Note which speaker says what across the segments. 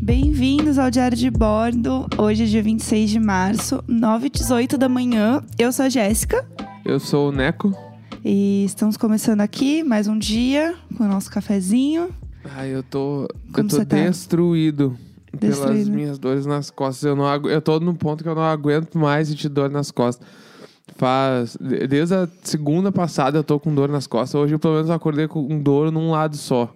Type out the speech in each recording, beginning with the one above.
Speaker 1: Bem-vindos ao Diário de Bordo. Hoje é dia 26 de março, 9h18 da manhã. Eu sou a Jéssica
Speaker 2: Eu sou o Neco.
Speaker 1: e estamos começando aqui mais um dia com o nosso cafezinho.
Speaker 2: Ai, eu tô.
Speaker 1: Como
Speaker 2: eu tô
Speaker 1: você tá?
Speaker 2: destruído, pelas
Speaker 1: Destruído.
Speaker 2: minhas dores nas costas. Eu, não agu... eu tô num ponto que eu não aguento mais sentir dor nas costas. Faz. de- Desde a segunda passada eu tô com dor nas costas. Hoje eu pelo menos acordei com um dor num lado só.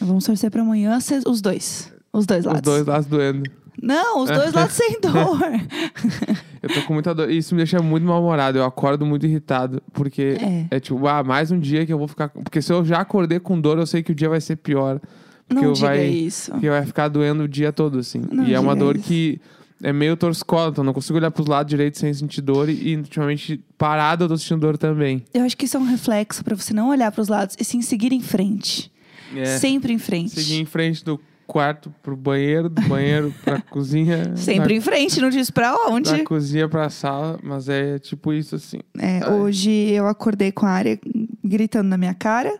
Speaker 1: Vamos torcer pra amanhã ser os dois. Os dois lados.
Speaker 2: Os dois lados doendo.
Speaker 1: Não, os dois lados sem dor.
Speaker 2: Eu tô com muita dor. E isso me deixa muito mal-humorado. Eu acordo muito irritado. Porque
Speaker 1: É.
Speaker 2: é. tipo, ah, mais um dia que eu vou ficar. Porque se eu já acordei com dor, eu sei que o dia vai ser pior. Porque
Speaker 1: Não
Speaker 2: eu
Speaker 1: diga
Speaker 2: vai.
Speaker 1: isso.
Speaker 2: Porque vai ficar doendo o dia todo, assim.
Speaker 1: Não
Speaker 2: e é uma
Speaker 1: diga
Speaker 2: dor
Speaker 1: isso.
Speaker 2: que é meio torcicola, então eu não consigo olhar pros lados direito sem sentir dor. E, e, ultimamente, parado, eu tô sentindo dor também.
Speaker 1: Eu acho que isso é um reflexo pra você não olhar pros lados e sim seguir em frente. Sempre em frente.
Speaker 2: É. Seguir em frente do quarto pro banheiro, do banheiro pra cozinha. né?
Speaker 1: Sempre em frente, não diz pra
Speaker 2: da, da
Speaker 1: onde.
Speaker 2: cozinha pra sala, mas é tipo isso, assim.
Speaker 1: É, hoje eu acordei com a área gritando na minha cara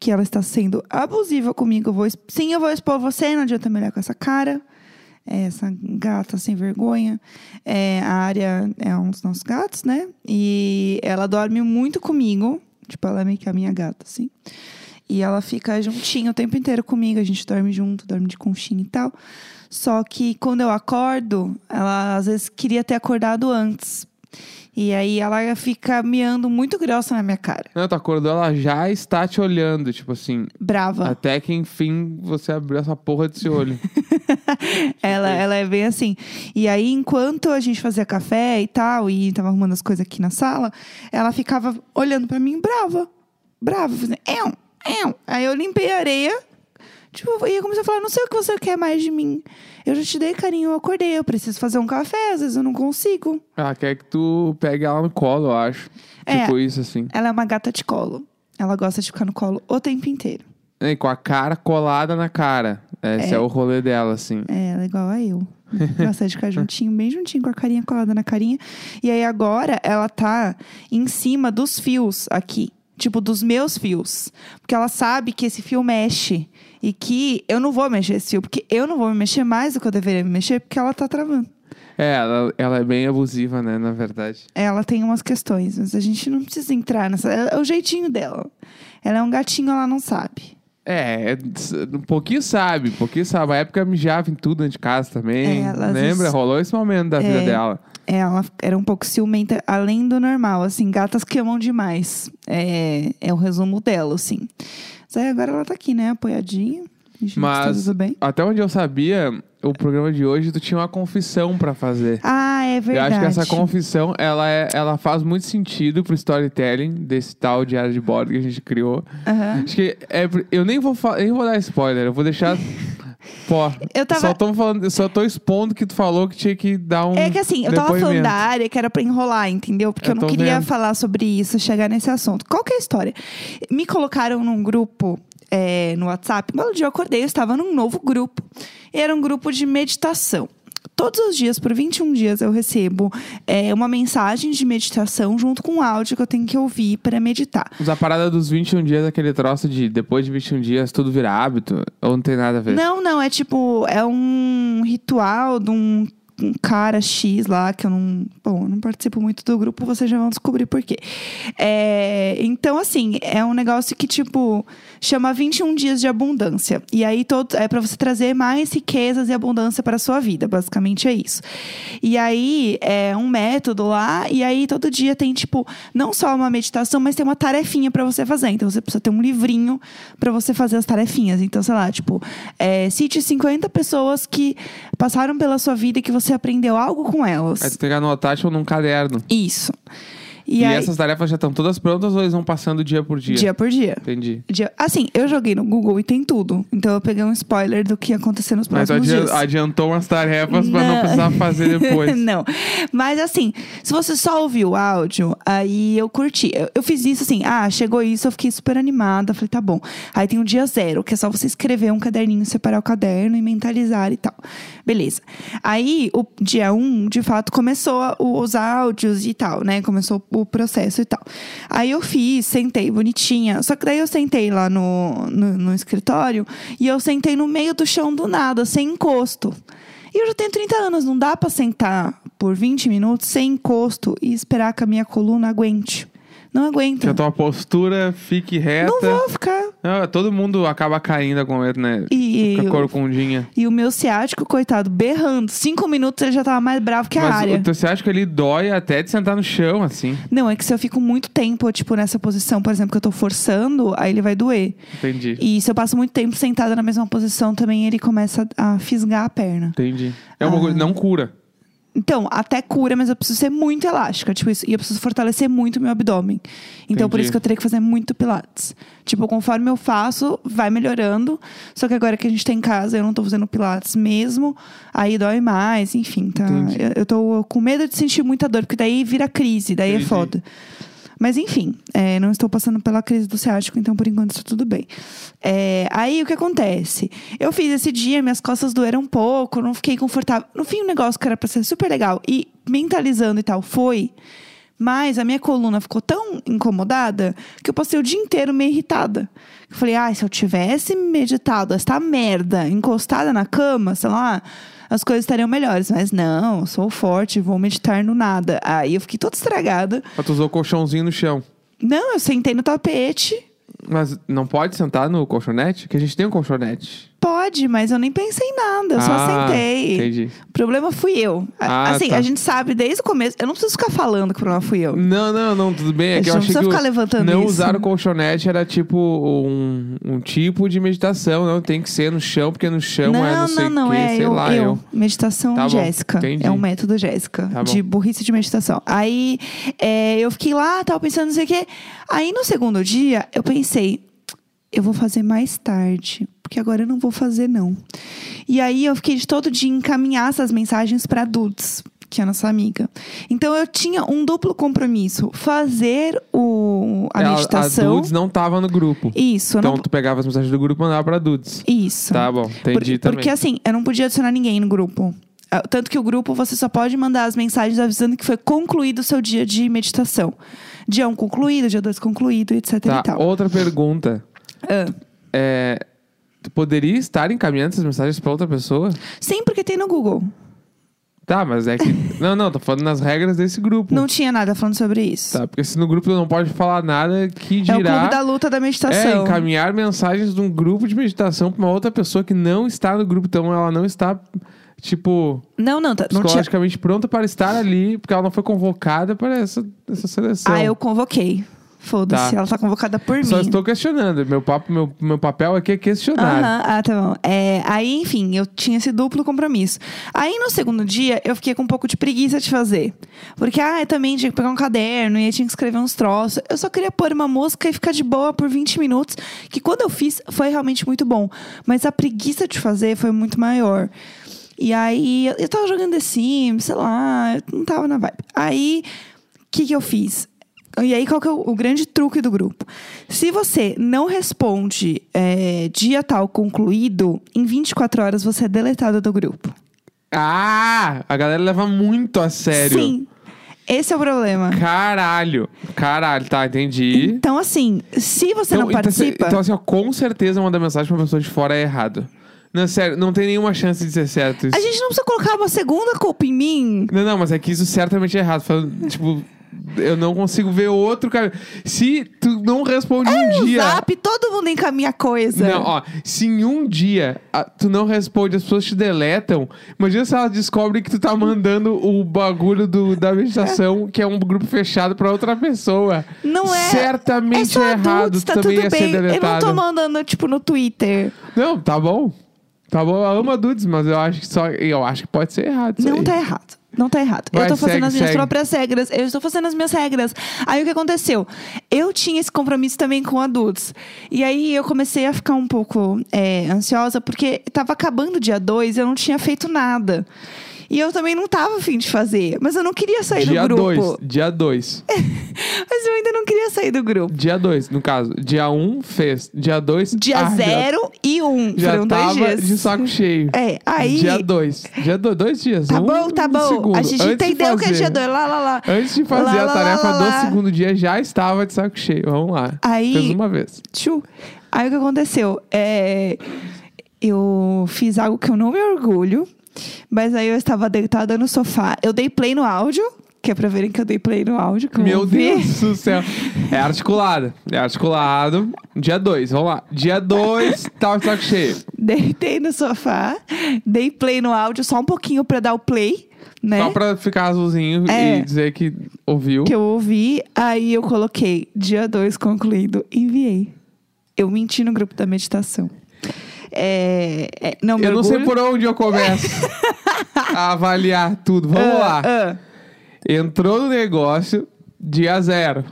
Speaker 1: que ela está sendo abusiva comigo. Eu vou, ex- sim, eu vou expor você, não adianta me olhar com essa cara. É, essa gata sem vergonha. É, a área é um dos nossos gatos, né? E ela dorme muito comigo. Tipo, ela é meio que a minha gata, assim. E ela fica juntinha o tempo inteiro comigo. A gente dorme junto, dorme de conchinha e tal. Só que quando eu acordo, ela às vezes queria ter acordado antes. E aí ela fica miando muito grossa na minha cara.
Speaker 2: Não, tu acordou, ela já está te olhando, tipo assim.
Speaker 1: Brava.
Speaker 2: Até que enfim você abriu essa porra desse olho.
Speaker 1: Ela,
Speaker 2: isso.
Speaker 1: ela é bem assim. E aí, enquanto a gente fazia café e tal, e tava arrumando as coisas aqui na sala, ela ficava olhando pra mim brava. Brava, fazendo. Eu, eu. Aí eu limpei a areia. Tipo, e eu comecei a falar, não sei o que você quer mais de mim. Eu já te dei carinho, eu acordei, eu preciso fazer um café, às vezes eu não consigo.
Speaker 2: ela quer que tu pegue ela no colo, eu acho.
Speaker 1: É.
Speaker 2: Tipo isso, assim.
Speaker 1: Ela é uma gata de colo. Ela gosta de ficar no colo o tempo inteiro.
Speaker 2: E É, com a cara colada na cara. Esse é, o rolê dela, assim.
Speaker 1: É, ela é igual a eu. Gosta de ficar juntinho, bem juntinho, com a carinha colada na carinha. E aí agora ela tá em cima dos fios aqui. Tipo, dos meus fios. Porque ela sabe que esse fio mexe. E que eu não vou mexer esse fio. Porque eu não vou me mexer mais do que eu deveria me mexer, porque ela tá travando.
Speaker 2: É, ela, ela é bem abusiva, né, na verdade.
Speaker 1: Ela tem umas questões, mas a gente não precisa entrar nessa. É o jeitinho dela. Ela é um gatinho, ela não sabe.
Speaker 2: É, é, s- um pouquinho sabe, um pouquinho sabe. A época mijava em tudo dentro de casa também.
Speaker 1: É, ela às
Speaker 2: Lembra?
Speaker 1: vezes-
Speaker 2: Rolou esse momento da vida
Speaker 1: É.
Speaker 2: dela.
Speaker 1: É, ela era um pouco ciumenta, além do normal, assim, gatas queimam demais. É, é o resumo dela, assim. Mas aí agora ela tá aqui, né, apoiadinha. A gente tá
Speaker 2: Mas,
Speaker 1: tudo bem.
Speaker 2: até onde eu sabia, o programa de hoje, tu tinha uma confissão pra fazer.
Speaker 1: Ah, é verdade.
Speaker 2: Eu acho que essa confissão, ela, é, ela faz muito sentido pro storytelling desse tal diário de bordo que a gente criou.
Speaker 1: Aham.
Speaker 2: Acho que é, eu nem vou, fa- eu nem vou dar spoiler, eu vou deixar... Pô,
Speaker 1: Eu tava-
Speaker 2: só, tô falando, eu só tô expondo que tu falou que tinha que dar um
Speaker 1: É que assim, eu tava falando
Speaker 2: depoimento.
Speaker 1: da área que era pra enrolar, entendeu? Porque eu,
Speaker 2: Eu
Speaker 1: não
Speaker 2: tô
Speaker 1: queria
Speaker 2: vendo.
Speaker 1: falar sobre isso, chegar nesse assunto. Qual que é a história? Me colocaram num grupo é, no WhatsApp. Um belo dia eu acordei, eu estava num novo grupo. Era um grupo de meditação. Todos os dias, por 21 dias, eu recebo é, uma mensagem de meditação junto com um áudio que eu tenho que ouvir para meditar.
Speaker 2: Mas a parada dos 21 dias, aquele troço de depois de 21 dias tudo vira hábito, ou não tem nada a ver?
Speaker 1: Não, não, é tipo, é um ritual de um, um cara X lá, que eu não. Bom, eu não participo muito do grupo, vocês já vão descobrir por quê. É, então, assim, é um negócio que, tipo, chama 21 dias de abundância. E aí todo, é pra você trazer mais riquezas e abundância pra sua vida, basicamente é isso. E aí é um método lá, e aí todo dia tem, tipo, não só uma meditação, mas tem uma tarefinha pra você fazer. Então você precisa ter um livrinho pra você fazer as tarefinhas. Então, sei lá, tipo, é, cite 50 pessoas que passaram pela sua vida e que você aprendeu algo com elas.
Speaker 2: É tu pegar numa taxa ou num caderno.
Speaker 1: Isso. E,
Speaker 2: E,
Speaker 1: aí,
Speaker 2: essas tarefas já estão todas prontas ou eles vão passando dia por dia?
Speaker 1: dia por dia.
Speaker 2: Entendi.
Speaker 1: Dia- Assim, eu joguei no Google e tem tudo. Então eu peguei um spoiler do que ia acontecer nos
Speaker 2: Mas tu
Speaker 1: próximos
Speaker 2: adian-
Speaker 1: dias.
Speaker 2: adiantou umas tarefas pra
Speaker 1: Não.
Speaker 2: não precisar fazer depois.
Speaker 1: não. Mas assim, se você só ouviu o áudio, aí eu curti. Eu, eu fiz isso assim, ah, chegou isso, eu fiquei super animada. Falei, tá bom. Aí tem o dia zero, que é só você escrever um caderninho, separar o caderno e mentalizar e tal. Beleza. Aí o dia um, de fato, começou a- o- os áudios e tal, né? Começou o o processo e tal. Aí eu fiz, sentei bonitinha. Só que daí eu sentei lá no, no, no escritório e eu sentei no meio do chão do nada, sem encosto. E eu já tenho 30 anos, não dá pra sentar por 20 minutos sem encosto e esperar que a minha coluna aguente. Não
Speaker 2: Que a
Speaker 1: aguenta.
Speaker 2: tua postura fique reta.
Speaker 1: Não vou ficar.
Speaker 2: Ah, todo mundo acaba caindo algum momento, né?
Speaker 1: E,
Speaker 2: Com a
Speaker 1: eu-
Speaker 2: corcundinha.
Speaker 1: e o meu ciático, coitado, berrando. Cinco minutos ele já tava mais bravo que a
Speaker 2: Mas
Speaker 1: área.
Speaker 2: o- tu- você acha que ele dói até de sentar no chão, assim?
Speaker 1: Não, é que se eu fico muito tempo, tipo, nessa posição, por exemplo, que eu tô forçando, aí ele vai doer.
Speaker 2: Entendi.
Speaker 1: E se eu passo muito tempo sentada na mesma posição, também ele começa a fisgar a perna.
Speaker 2: Entendi. É uma
Speaker 1: Ah.
Speaker 2: coisa, não cura.
Speaker 1: Então, até cura, mas eu preciso ser muito elástica, tipo isso. E eu preciso fortalecer muito o meu abdômen. Então, por
Speaker 2: Entendi.
Speaker 1: isso que eu teria que fazer muito pilates. Tipo, conforme eu faço, vai melhorando. Só que agora que a gente tá em casa, eu não tô fazendo pilates mesmo. Aí dói mais, enfim, tá?
Speaker 2: Entendi.
Speaker 1: Eu, eu tô com medo de sentir muita dor, porque daí vira crise, daí
Speaker 2: Entendi.
Speaker 1: é foda. Mas enfim, é, não estou passando pela crise do ciático, então por enquanto está tudo bem. É, aí o que acontece? Eu fiz esse dia, minhas costas doeram um pouco, não fiquei confortável. No fim, o negócio que era pra ser super legal e mentalizando e tal, foi. Mas a minha coluna ficou tão incomodada que eu passei o dia inteiro meio irritada. Eu falei, ai, se eu tivesse meditado esta merda encostada na cama, sei lá, as coisas estariam melhores. Mas não, sou forte, vou meditar no nada. Aí eu fiquei toda estragada.
Speaker 2: Mas tu usou o colchãozinho no chão.
Speaker 1: Não, eu sentei no tapete.
Speaker 2: Mas não pode sentar no colchonete? Porque a gente tem um colchonete.
Speaker 1: Pode, mas eu nem pensei em nada, eu só
Speaker 2: Ah,
Speaker 1: sentei.
Speaker 2: Entendi.
Speaker 1: O problema fui eu. A-
Speaker 2: Ah,
Speaker 1: assim,
Speaker 2: tá.
Speaker 1: a gente sabe desde o começo. Eu não preciso ficar falando que o problema fui eu.
Speaker 2: Não, não, não, tudo bem. É
Speaker 1: Gente,
Speaker 2: que eu
Speaker 1: não
Speaker 2: achei
Speaker 1: precisa
Speaker 2: que o-
Speaker 1: ficar levantando
Speaker 2: não
Speaker 1: isso.
Speaker 2: usar o colchonete era tipo um, um tipo de meditação, não tem que ser no chão, porque no chão é não,
Speaker 1: não,
Speaker 2: sei
Speaker 1: não, não,
Speaker 2: o quê,
Speaker 1: é
Speaker 2: sei
Speaker 1: eu,
Speaker 2: lá,
Speaker 1: eu. Meditação
Speaker 2: Tá bom,
Speaker 1: Jéssica.
Speaker 2: entendi.
Speaker 1: É um método Jéssica.
Speaker 2: Tá bom.
Speaker 1: de burrice de meditação. Aí é, eu fiquei lá, tava pensando não sei o quê. Aí no segundo dia, eu pensei, eu vou fazer mais tarde. Porque agora eu não vou fazer, não. E aí eu fiquei de todo dia encaminhar essas mensagens pra Dudes, que é a nossa amiga. Então eu tinha um duplo compromisso: fazer o, a
Speaker 2: É,
Speaker 1: meditação.
Speaker 2: A, Dudes não tava no grupo.
Speaker 1: Isso, eu
Speaker 2: então
Speaker 1: não.
Speaker 2: tu pegava as mensagens do grupo e mandava pra Dudes.
Speaker 1: Isso.
Speaker 2: Tá bom,
Speaker 1: Por-
Speaker 2: entendi também.
Speaker 1: Porque assim, eu não podia adicionar ninguém no grupo. Ah, Tanto que o grupo você só pode mandar as mensagens avisando que foi concluído o seu dia de meditação. Dia 1 um concluído, dia 2 concluído, etc
Speaker 2: Tá,
Speaker 1: e tal.
Speaker 2: outra pergunta.
Speaker 1: Então, Ah,
Speaker 2: É, tu poderia estar encaminhando essas mensagens pra outra pessoa?
Speaker 1: Sim, porque tem no Google.
Speaker 2: Tá, mas é que. não, não, tô falando nas regras desse grupo.
Speaker 1: Não tinha nada falando sobre isso.
Speaker 2: Tá, porque se no grupo tu não pode falar nada que
Speaker 1: É
Speaker 2: dirá.
Speaker 1: o clube da luta da
Speaker 2: É,
Speaker 1: meditação.
Speaker 2: encaminhar mensagens de um grupo de meditação pra uma outra pessoa que não está no grupo. Então ela não está, tipo,
Speaker 1: não, não, tá, não tinha.
Speaker 2: psicologicamente pronta para estar ali, porque ela não foi convocada para essa, essa seleção.
Speaker 1: Ah, eu convoquei. Foda-se,
Speaker 2: Tá.
Speaker 1: ela tá convocada por
Speaker 2: Só
Speaker 1: mim.
Speaker 2: estou questionando. Meu, papo, meu, meu papel aqui é questionar.
Speaker 1: Aham, ah, tá bom. É, aí, enfim, eu tinha esse duplo compromisso. Aí, no segundo dia, eu fiquei com um pouco de preguiça de fazer. Porque, ah, eu também tinha que pegar um caderno e aí tinha que escrever uns troços. Eu só queria pôr uma música e ficar de boa por 20 minutos, que quando eu fiz foi realmente muito bom. Mas a preguiça de fazer foi muito maior. E aí, eu- eu tava jogando The Sims, sei lá, eu não tava na vibe. Aí, o que, que eu fiz? E aí, qual que é o, o grande truque do grupo? Se você não responde é, dia tal concluído, em 24 horas você é deletada do grupo.
Speaker 2: Ah, a galera leva muito a sério.
Speaker 1: Sim. Esse é o problema.
Speaker 2: Caralho. Caralho, tá, entendi.
Speaker 1: Então, assim, se você não
Speaker 2: então, se-
Speaker 1: participa.
Speaker 2: Então, assim, ó, com certeza mandar mensagem pra pessoa de fora é errado. Não, sério, não tem nenhuma chance de ser certo isso.
Speaker 1: a gente não precisa colocar uma segunda culpa em mim.
Speaker 2: Não, não, mas é que isso certamente é errado. Falando, tipo, eu não consigo ver outro caminho. Se tu não responde um
Speaker 1: No
Speaker 2: dia.
Speaker 1: zap, todo mundo encaminha coisa.
Speaker 2: Não, ó, se em um dia a- tu não responde, as pessoas te deletam, imagina se elas descobrem que tu tá mandando o bagulho do, da meditação, que é um grupo fechado pra outra pessoa.
Speaker 1: Não é. é
Speaker 2: Certamente
Speaker 1: só
Speaker 2: é errado,
Speaker 1: adultos, tá
Speaker 2: também
Speaker 1: tudo
Speaker 2: ia
Speaker 1: bem.
Speaker 2: ser
Speaker 1: Eu não
Speaker 2: deletado.
Speaker 1: tô mandando, tipo, no Twitter.
Speaker 2: Não, tá bom. Tá bom, eu amo a Dudes, mas eu acho que só. Eu acho que pode ser errado. isso
Speaker 1: Não
Speaker 2: aí.
Speaker 1: tá errado. Não tá errado. eu
Speaker 2: Vai,
Speaker 1: tô fazendo
Speaker 2: segue,
Speaker 1: as minhas
Speaker 2: segue.
Speaker 1: próprias regras. Eu estou fazendo as minhas regras. Aí o que aconteceu? Eu tinha esse compromisso também com adultos. E aí eu comecei a ficar um pouco é, ansiosa, porque tava acabando o dia 2, eu não tinha feito nada. E eu também não tava afim de fazer. Mas eu não queria sair
Speaker 2: Dia
Speaker 1: do grupo.
Speaker 2: 2, dia 2.
Speaker 1: Mas eu ainda não queria saí do grupo.
Speaker 2: Dia 2, no caso. Dia 1 um fez. Dia 2.
Speaker 1: Dia zero e um.
Speaker 2: Ah, Já, já
Speaker 1: foram
Speaker 2: tava
Speaker 1: dois dias.
Speaker 2: de saco cheio.
Speaker 1: É, aí.
Speaker 2: Dia 2. Dia 2, dois dias.
Speaker 1: Tá
Speaker 2: um
Speaker 1: bom, tá
Speaker 2: no
Speaker 1: bom.
Speaker 2: Segundo.
Speaker 1: A gente
Speaker 2: Antes de
Speaker 1: entendeu que é
Speaker 2: fazer-
Speaker 1: dia dois. Lá, lá, lá.
Speaker 2: Antes de fazer
Speaker 1: Lá,
Speaker 2: a
Speaker 1: lá,
Speaker 2: tarefa
Speaker 1: lá, lá, lá.
Speaker 2: do segundo dia, já estava de saco cheio. Vamos lá.
Speaker 1: Aí-
Speaker 2: Fez uma vez.
Speaker 1: Tchu. Aí o que aconteceu? É, eu fiz algo que eu não me orgulho, mas aí eu estava deitada no sofá. Eu dei play no áudio, que é pra verem que eu dei play no áudio. Que eu
Speaker 2: Meu
Speaker 1: ouvi.
Speaker 2: Deus do céu. É articulado. É articulado. Dia 2, vamos lá. Dia 2, tava de saco cheio.
Speaker 1: Deitei no sofá, dei play no áudio, só um pouquinho pra dar o play, né?
Speaker 2: Só pra ficar azulzinho
Speaker 1: É.
Speaker 2: e dizer que ouviu.
Speaker 1: Que eu ouvi, aí eu coloquei dia 2 concluído, enviei. Eu menti no grupo da meditação. É, é, não, me
Speaker 2: Eu não sei
Speaker 1: orgulho.
Speaker 2: por onde eu começo a avaliar tudo. Vamos
Speaker 1: Ah,
Speaker 2: lá.
Speaker 1: ah.
Speaker 2: Entrou no negócio, dia zero.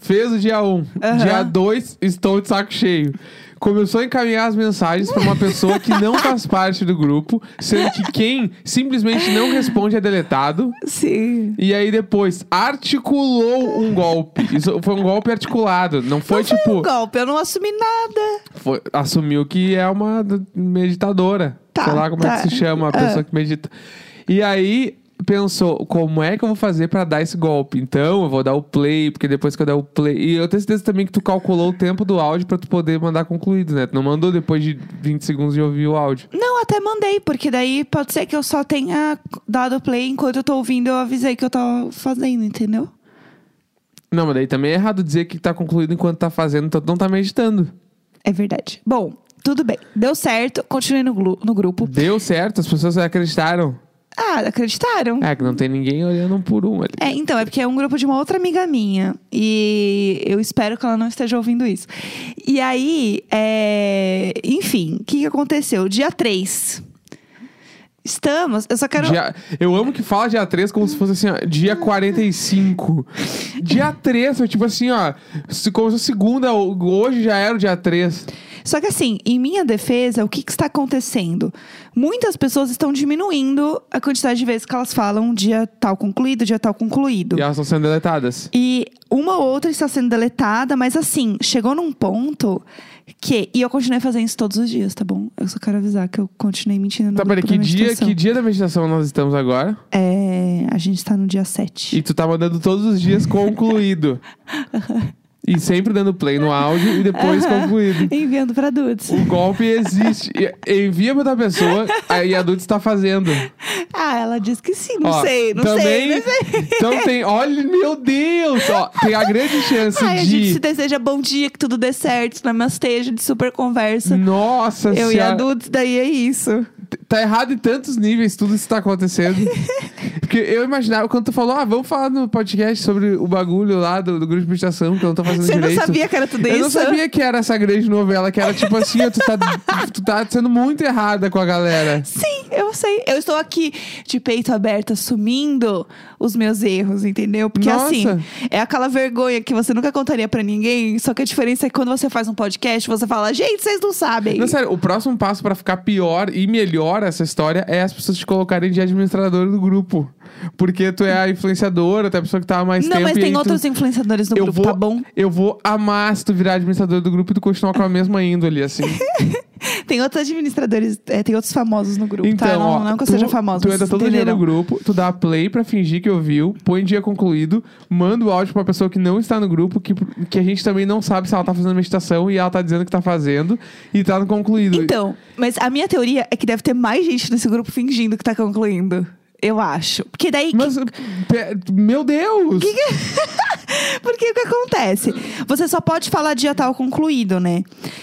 Speaker 2: Fez o dia um. Dia dois, estou de saco cheio. Começou a encaminhar as mensagens para uma pessoa que não faz parte do grupo, sendo que quem simplesmente não responde é deletado.
Speaker 1: Sim.
Speaker 2: E aí depois articulou um golpe. Isso foi um golpe articulado. Não foi
Speaker 1: Não
Speaker 2: tipo.
Speaker 1: foi um golpe, eu não assumi nada.
Speaker 2: Foi- assumiu que é uma d- meditadora.
Speaker 1: Tá,
Speaker 2: Sei lá como é
Speaker 1: tá.
Speaker 2: que se chama a
Speaker 1: Ah.
Speaker 2: pessoa que medita. E aí pensou, como é que eu vou fazer pra dar esse golpe? Então, eu vou dar o play, porque depois que eu der o play. E eu tenho certeza também que tu calculou o tempo do áudio pra tu poder mandar concluído, né? Tu não mandou depois de 20 segundos de ouvir o áudio.
Speaker 1: Não, até mandei, porque daí pode ser que eu só tenha dado play enquanto eu tô ouvindo, eu avisei que eu tava fazendo, entendeu?
Speaker 2: Não, mas daí também é errado dizer que tá concluído enquanto tá fazendo, então tu não tá meditando.
Speaker 1: É verdade. Bom, tudo bem. Deu certo, continuei no, glu- no grupo.
Speaker 2: Deu certo, as pessoas acreditaram.
Speaker 1: Ah, acreditaram?
Speaker 2: É, que não tem ninguém olhando um por um ali.
Speaker 1: É, então, é porque é um grupo de uma outra amiga minha. E eu espero que ela não esteja ouvindo isso. E aí, é, enfim, o que, que aconteceu? Dia 3. Estamos. Eu só quero.
Speaker 2: Dia- eu amo que fala dia 3 como se fosse assim, ó, dia 45. Dia 3, foi tipo assim, ó. se- Começou segunda, ho- hoje já era o dia 3.
Speaker 1: Só que assim, em minha defesa, o que, que está acontecendo? Muitas pessoas estão diminuindo a quantidade de vezes que elas falam dia tal concluído, dia tal concluído.
Speaker 2: E elas estão sendo deletadas.
Speaker 1: E uma ou outra está sendo deletada, mas assim, chegou num ponto que. E eu continuei fazendo isso todos os dias, tá bom? Eu só quero avisar que eu continuei mentindo no
Speaker 2: Tá, peraí,
Speaker 1: grupo
Speaker 2: que
Speaker 1: da
Speaker 2: dia,
Speaker 1: meditação.
Speaker 2: que dia da meditação nós estamos agora?
Speaker 1: É, a gente tá no dia 7.
Speaker 2: E tu tá mandando todos os dias concluído. e sempre dando play no áudio e depois concluído.
Speaker 1: Enviando pra Dudes.
Speaker 2: O golpe existe. E- Envia pra outra pessoa, aí a Dudes tá fazendo.
Speaker 1: Ah, ela disse que sim, não
Speaker 2: Ó,
Speaker 1: sei, né? não sei,
Speaker 2: também,
Speaker 1: não sei.
Speaker 2: Então tem, olha, meu Deus! Ó, tem a grande chance
Speaker 1: Ai, a
Speaker 2: de.
Speaker 1: gente se deseja bom dia, que tudo dê certo, namastê, a gente super conversa.
Speaker 2: Nossa
Speaker 1: eu e a
Speaker 2: senhora.
Speaker 1: Dudes, daí é isso.
Speaker 2: Tá errado em tantos níveis tudo isso tá acontecendo. Porque eu imaginava, quando tu falou, ah, vamos falar no podcast sobre o bagulho lá do, do grupo de meditação, que eu não tô fazendo
Speaker 1: Você não
Speaker 2: direito.
Speaker 1: sabia que era tudo
Speaker 2: Eu
Speaker 1: isso?
Speaker 2: não sabia que era essa grande novela, que era tipo assim, ó, tu tá, tu tá sendo muito errada com a galera.
Speaker 1: Sim, eu sei. Eu estou aqui de peito aberto, assumindo os meus erros, entendeu? Porque
Speaker 2: Nossa.
Speaker 1: assim, é aquela vergonha que você nunca contaria pra ninguém, só que a diferença é que quando você faz um podcast, você fala, gente, vocês não sabem.
Speaker 2: Não, sério, o próximo passo pra ficar pior e melhor essa história é as pessoas te colocarem de administradora do grupo. Porque tu é a influenciadora, tu é a pessoa que tá há mais
Speaker 1: Não,
Speaker 2: tempo.
Speaker 1: mas
Speaker 2: e aí
Speaker 1: tem
Speaker 2: tu-
Speaker 1: outros influenciadores no grupo, tá bom?
Speaker 2: Eu vou amar se tu virar administrador do grupo e tu continuar com a mesma índole, assim.
Speaker 1: Tá, Tem outros administradores, é, tem outros famosos no grupo,
Speaker 2: então,
Speaker 1: tá? Não,
Speaker 2: ó,
Speaker 1: não que eu
Speaker 2: tu,
Speaker 1: seja famosa,
Speaker 2: tu
Speaker 1: vocês
Speaker 2: entra todo dia
Speaker 1: entenderam.
Speaker 2: no grupo, tu dá play pra fingir que ouviu, põe dia concluído, manda o áudio pra pessoa que não está no grupo, que, que a gente também não sabe se ela tá fazendo meditação e ela tá dizendo que tá fazendo e tá no concluído.
Speaker 1: Então, mas a minha teoria é que deve ter mais gente nesse grupo fingindo que tá concluindo. Eu acho. Porque daí,
Speaker 2: Mas, pe- meu Deus!
Speaker 1: Porque o que acontece? Você só pode falar dia tal concluído, né?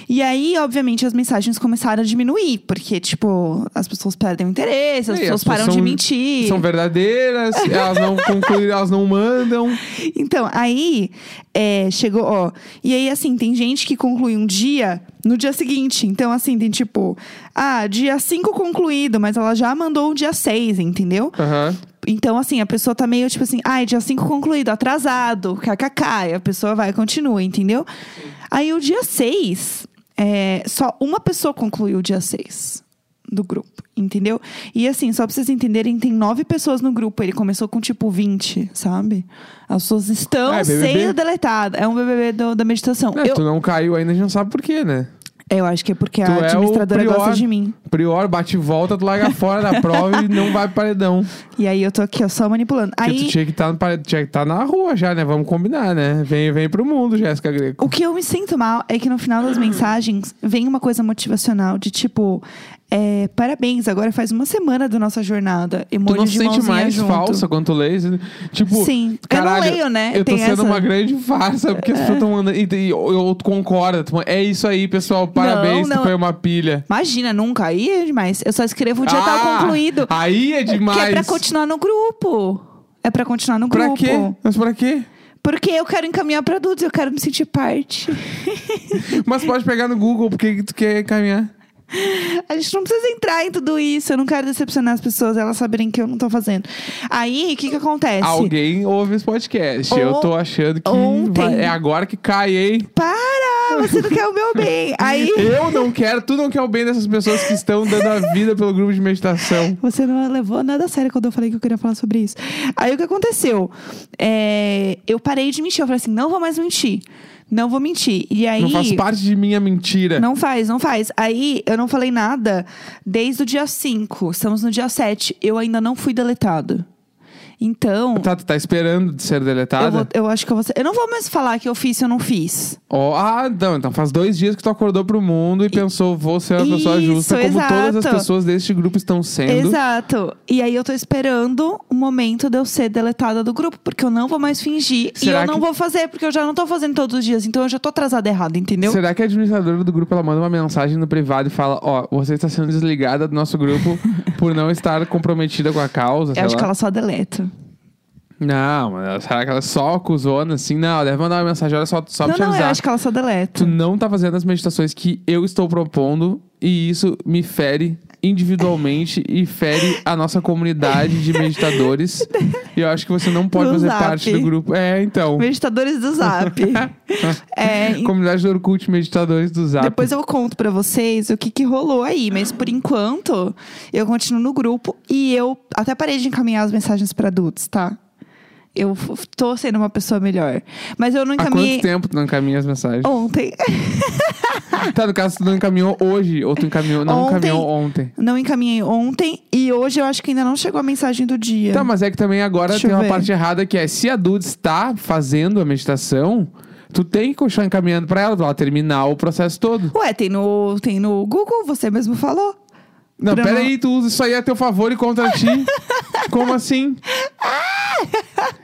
Speaker 1: E aí, obviamente, as mensagens começaram a diminuir, porque, tipo, as pessoas perdem o interesse, as
Speaker 2: E
Speaker 1: pessoas
Speaker 2: as
Speaker 1: param
Speaker 2: são-
Speaker 1: de mentir.
Speaker 2: São verdadeiras, elas não concluíram, elas não mandam.
Speaker 1: Então, aí é, chegou, ó. E aí, assim, tem gente que conclui um dia no dia seguinte. Então, assim, tem tipo, ah, dia 5 concluído, mas ela já mandou o dia 6, entendeu?
Speaker 2: Aham.
Speaker 1: Então, assim, a pessoa tá meio tipo assim, ai, dia 5 concluído, atrasado, kkk. E a pessoa vai e continua, entendeu? é, Aí o dia 6, só uma pessoa concluiu o dia 6. do grupo, entendeu? E assim, só pra vocês entenderem, tem nove pessoas no grupo. Ele começou com tipo 20, sabe? As pessoas estão
Speaker 2: Ah, é BBB?
Speaker 1: sendo deletadas. É um BBB do- da meditação.
Speaker 2: É,
Speaker 1: eu,
Speaker 2: Tu não caiu ainda, a gente não sabe por quê, né?
Speaker 1: eu acho que é porque
Speaker 2: tu
Speaker 1: a
Speaker 2: é o
Speaker 1: administradora
Speaker 2: prior.
Speaker 1: gosta de mim.
Speaker 2: Prior, bate e volta, tu larga fora da prova e não vai pro paredão.
Speaker 1: E aí eu tô aqui, ó, só manipulando.
Speaker 2: Porque tu
Speaker 1: Aí,
Speaker 2: tinha que tá estar na rua já, né? Vamos combinar, né? Vem, vem pro mundo, Jéssica Greco.
Speaker 1: o que eu me sinto mal é que no final das mensagens vem uma coisa motivacional de tipo. é, parabéns, agora faz uma semana da nossa jornada.
Speaker 2: Tu
Speaker 1: Emoji
Speaker 2: não
Speaker 1: de
Speaker 2: sente
Speaker 1: mãozinha
Speaker 2: mais
Speaker 1: junto.
Speaker 2: falsa quando tu lês? né? Tipo,
Speaker 1: Sim. eu
Speaker 2: caralho,
Speaker 1: não leio, né?
Speaker 2: Eu tô
Speaker 1: Tem
Speaker 2: sendo
Speaker 1: essa.
Speaker 2: uma grande farsa, porque as pessoas estão mandando. E, e eu, eu concordo. tu- É isso aí, pessoal. Parabéns,
Speaker 1: não.
Speaker 2: tu foi uma pilha.
Speaker 1: Imagina, nunca. Aí é demais. Eu só escrevo o dia
Speaker 2: Ah,
Speaker 1: tá concluído.
Speaker 2: Aí é demais.
Speaker 1: Que é pra continuar no grupo. É pra continuar no
Speaker 2: Pra
Speaker 1: grupo.
Speaker 2: quê? Mas pra quê?
Speaker 1: Porque eu quero encaminhar pra adultos, eu quero me sentir parte.
Speaker 2: Mas pode pegar no Google, porque tu quer caminhar.
Speaker 1: A gente não precisa entrar em tudo isso. Eu não quero decepcionar as pessoas, elas saberem que eu não tô fazendo. Aí, o que que acontece?
Speaker 2: Alguém ouve esse podcast. Eu
Speaker 1: On-
Speaker 2: tô achando que
Speaker 1: ontem.
Speaker 2: vai- é agora que cai, hein?
Speaker 1: Para! Você não quer o meu bem. Aí.
Speaker 2: Eu não quero, tu não quer o bem dessas pessoas que estão dando a vida pelo grupo de meditação.
Speaker 1: Você não levou nada a sério quando eu falei que eu queria falar sobre isso. Aí o que aconteceu? É, eu parei de mentir. Eu falei assim: não vou mais mentir. Não vou mentir. E aí.
Speaker 2: Não faz parte de mim a mentira.
Speaker 1: É Não faz, não faz. Aí eu não falei nada desde o dia 5. Estamos no dia 7. Eu ainda não fui deletado. Então,
Speaker 2: Tá, tu tá esperando de ser deletada?
Speaker 1: eu, vou- eu acho que eu vou. ser- Eu não vou mais falar que eu fiz se eu não fiz.
Speaker 2: Ó, ah, não, então faz dois dias que tu acordou pro mundo e, pensou, vou ser uma pessoa
Speaker 1: Isso,
Speaker 2: justa, como todas as
Speaker 1: exato.
Speaker 2: pessoas deste grupo estão sendo.
Speaker 1: Exato. E aí eu tô esperando o momento de eu ser deletada do grupo, porque eu não vou mais fingir.
Speaker 2: Será
Speaker 1: e eu
Speaker 2: que-
Speaker 1: não vou fazer, porque eu já não tô fazendo todos os dias. Então eu já tô atrasada errado, entendeu?
Speaker 2: Será que a administradora do grupo ela manda uma mensagem no privado e fala: Ó, você está sendo desligada do nosso grupo por não estar comprometida com a causa? sei
Speaker 1: Eu acho
Speaker 2: lá.
Speaker 1: que ela só deleta.
Speaker 2: Não, mas ela- será que ela é só acusona assim? Não, deve mandar uma mensagem, olha só, só pra
Speaker 1: não,
Speaker 2: te
Speaker 1: não, eu
Speaker 2: avisar.
Speaker 1: acho que ela só deleta.
Speaker 2: Tu não tá fazendo as meditações que eu estou propondo e isso me fere individualmente e fere a nossa comunidade de meditadores. e eu acho que você não pode
Speaker 1: No
Speaker 2: fazer
Speaker 1: Zap.
Speaker 2: parte do grupo. É, então.
Speaker 1: Meditadores do Zap. é,
Speaker 2: Comunidade do Orkut, meditadores do Zap.
Speaker 1: Depois eu conto pra vocês o que, que rolou aí, mas por enquanto eu continuo no grupo e eu até parei de encaminhar as mensagens pra adultos, tá? Eu f- tô sendo uma pessoa melhor. Mas eu não
Speaker 2: Há
Speaker 1: encaminhei
Speaker 2: quanto tempo tu não encaminha as mensagens?
Speaker 1: ontem.
Speaker 2: Tá, no caso, tu não encaminhou hoje, ou tu encaminhou, não
Speaker 1: Ontem.
Speaker 2: encaminhou ontem.
Speaker 1: Não encaminhei ontem e hoje eu acho que ainda não chegou a mensagem do dia.
Speaker 2: Tá, mas é que também agora
Speaker 1: Deixa
Speaker 2: tem
Speaker 1: eu
Speaker 2: uma
Speaker 1: ver.
Speaker 2: parte errada que é se a Duda está fazendo a meditação, tu tem que continuar encaminhando pra ela, pra ela terminar o processo todo.
Speaker 1: Ué, tem no, tem no Google, você mesmo falou.
Speaker 2: Não,
Speaker 1: Pra
Speaker 2: peraí, tu usa isso aí a teu favor e contra ti. Como assim?
Speaker 1: Ah!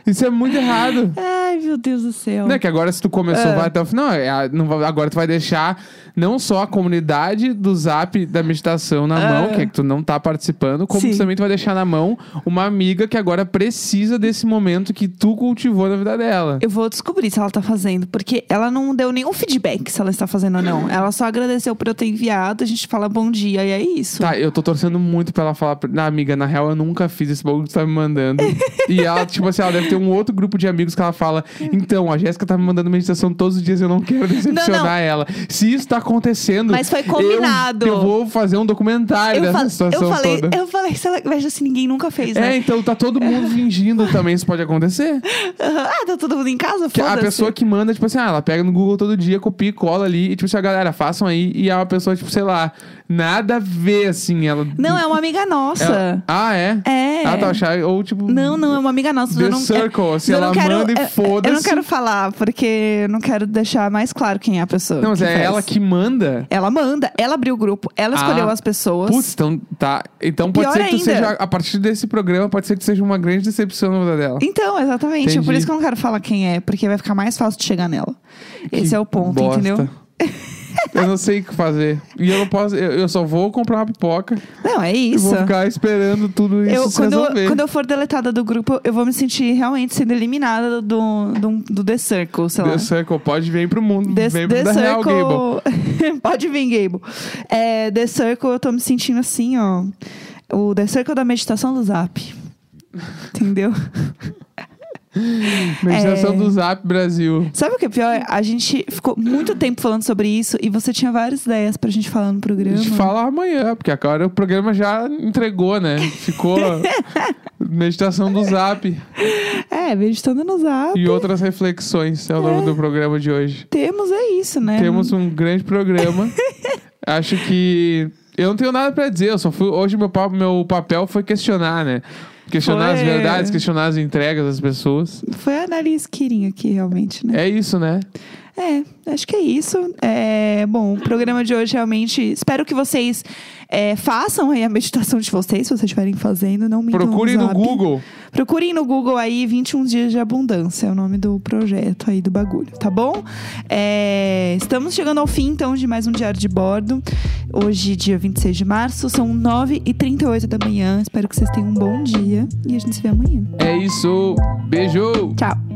Speaker 2: Isso é muito errado.
Speaker 1: Ai, meu Ah. Deus do céu.
Speaker 2: Não é que agora se tu começou, vai até o final. É, a- não vai- agora tu vai deixar não só a comunidade do Zap da meditação na
Speaker 1: Ah.
Speaker 2: mão, que é que tu não tá participando, como
Speaker 1: Sim.
Speaker 2: tu também tu vai deixar na mão uma amiga que agora precisa desse momento que tu cultivou na vida dela.
Speaker 1: Eu vou descobrir se ela tá fazendo, porque ela não deu nenhum feedback se ela está fazendo ou não. Ela só agradeceu por eu ter enviado, a gente fala bom dia e é isso.
Speaker 2: Tá, eu tô torcendo muito pra ela falar. pra- Na amiga, na real, eu nunca fiz esse bagulho que tu tá me mandando. e ela, tipo assim, ela deve ter um outro grupo de amigos que ela fala: Então, a Jéssica tá me mandando meditação todos os dias, eu não quero decepcionar
Speaker 1: Não, não.
Speaker 2: ela. Se isso tá acontecendo.
Speaker 1: Mas foi
Speaker 2: eu-
Speaker 1: combinado.
Speaker 2: Eu, vou fazer um documentário
Speaker 1: Eu,
Speaker 2: dessa
Speaker 1: fal-
Speaker 2: situação
Speaker 1: eu falei,
Speaker 2: toda.
Speaker 1: eu falei, sei lá, mas assim, ninguém nunca fez,
Speaker 2: É,
Speaker 1: né?
Speaker 2: então tá todo mundo fingindo também, isso pode acontecer.
Speaker 1: Aham. Ah, tá todo mundo em casa?
Speaker 2: Que a
Speaker 1: Foda-se.
Speaker 2: pessoa que manda, tipo assim, ah, ela pega no Google todo dia, copia e cola ali, e tipo assim, a galera, façam aí, e a pessoa, tipo, sei lá, nada a ver, assim, ela.
Speaker 1: Não, é uma amiga nossa.
Speaker 2: Ela- Ah, é?
Speaker 1: É.
Speaker 2: Ah, tá, achar, ou tipo...
Speaker 1: Não, não, é uma amiga nossa.
Speaker 2: The
Speaker 1: eu não,
Speaker 2: Circle,
Speaker 1: é,
Speaker 2: se
Speaker 1: eu
Speaker 2: ela
Speaker 1: não quero,
Speaker 2: manda e
Speaker 1: é- Eu não
Speaker 2: foda-se.
Speaker 1: quero falar, porque eu não quero deixar mais claro quem é a pessoa.
Speaker 2: Não, mas
Speaker 1: que
Speaker 2: é
Speaker 1: faz.
Speaker 2: ela que manda.
Speaker 1: Ela manda, ela abriu o grupo, ela escolheu
Speaker 2: Ah.
Speaker 1: as pessoas.
Speaker 2: Putz, então tá. Então pode
Speaker 1: Pior
Speaker 2: ser que tu
Speaker 1: ainda.
Speaker 2: seja, a partir desse programa, pode ser que seja uma grande decepção na vida dela.
Speaker 1: Então, exatamente.
Speaker 2: Entendi.
Speaker 1: Por isso que eu não quero falar quem é, porque vai ficar mais fácil de chegar nela. Esse
Speaker 2: Que
Speaker 1: é o ponto,
Speaker 2: bosta.
Speaker 1: entendeu?
Speaker 2: Eu não sei o que fazer. E eu não posso. Eu, eu só vou comprar uma pipoca
Speaker 1: Não, é
Speaker 2: e
Speaker 1: isso.
Speaker 2: vou ficar esperando tudo isso
Speaker 1: Eu,
Speaker 2: se
Speaker 1: quando,
Speaker 2: resolver.
Speaker 1: eu, quando eu for deletada do grupo, eu vou me sentir realmente sendo eliminada do, do, do The Circle, sei lá.
Speaker 2: The Circle pode vir pro mundo.
Speaker 1: The,
Speaker 2: vem
Speaker 1: The
Speaker 2: pro da Real Gable.
Speaker 1: Circle. Pode vir, Gable. É, The Circle, eu tô me sentindo assim, ó. O The Circle da meditação do Zap. Entendeu?
Speaker 2: Meditação
Speaker 1: É.
Speaker 2: do Zap Brasil.
Speaker 1: Sabe o que é pior? A gente ficou muito tempo falando sobre isso e você tinha várias ideias pra gente falar no
Speaker 2: A
Speaker 1: programa.
Speaker 2: gente fala amanhã, porque agora o programa já entregou, né? Ficou meditação do Zap
Speaker 1: É, meditando no zap.
Speaker 2: e outras reflexões. É o nome do programa de hoje.
Speaker 1: Temos é isso, né?
Speaker 2: Temos um grande programa. Acho que eu não tenho nada pra dizer. Eu só fui hoje meu papo, meu papel foi questionar, né? Questionar as
Speaker 1: Foi.
Speaker 2: verdades, questionar as entregas das pessoas.
Speaker 1: Foi a análise Quirinho aqui, realmente, né?
Speaker 2: É isso, né?
Speaker 1: É, acho que é isso. É, bom, o programa de hoje realmente. Espero que vocês é, façam aí a meditação de vocês, se vocês estiverem fazendo. Não me
Speaker 2: Procurem no Google.
Speaker 1: Procurem no Google aí 21 Dias de Abundância, é o nome do projeto aí do bagulho, tá bom? É, estamos chegando ao fim, então, de mais um Diário de Bordo. Hoje, dia 26 de março, são 9h38 da manhã. Espero que vocês tenham um bom dia e a gente se vê amanhã.
Speaker 2: É isso. Beijo.
Speaker 1: Tchau!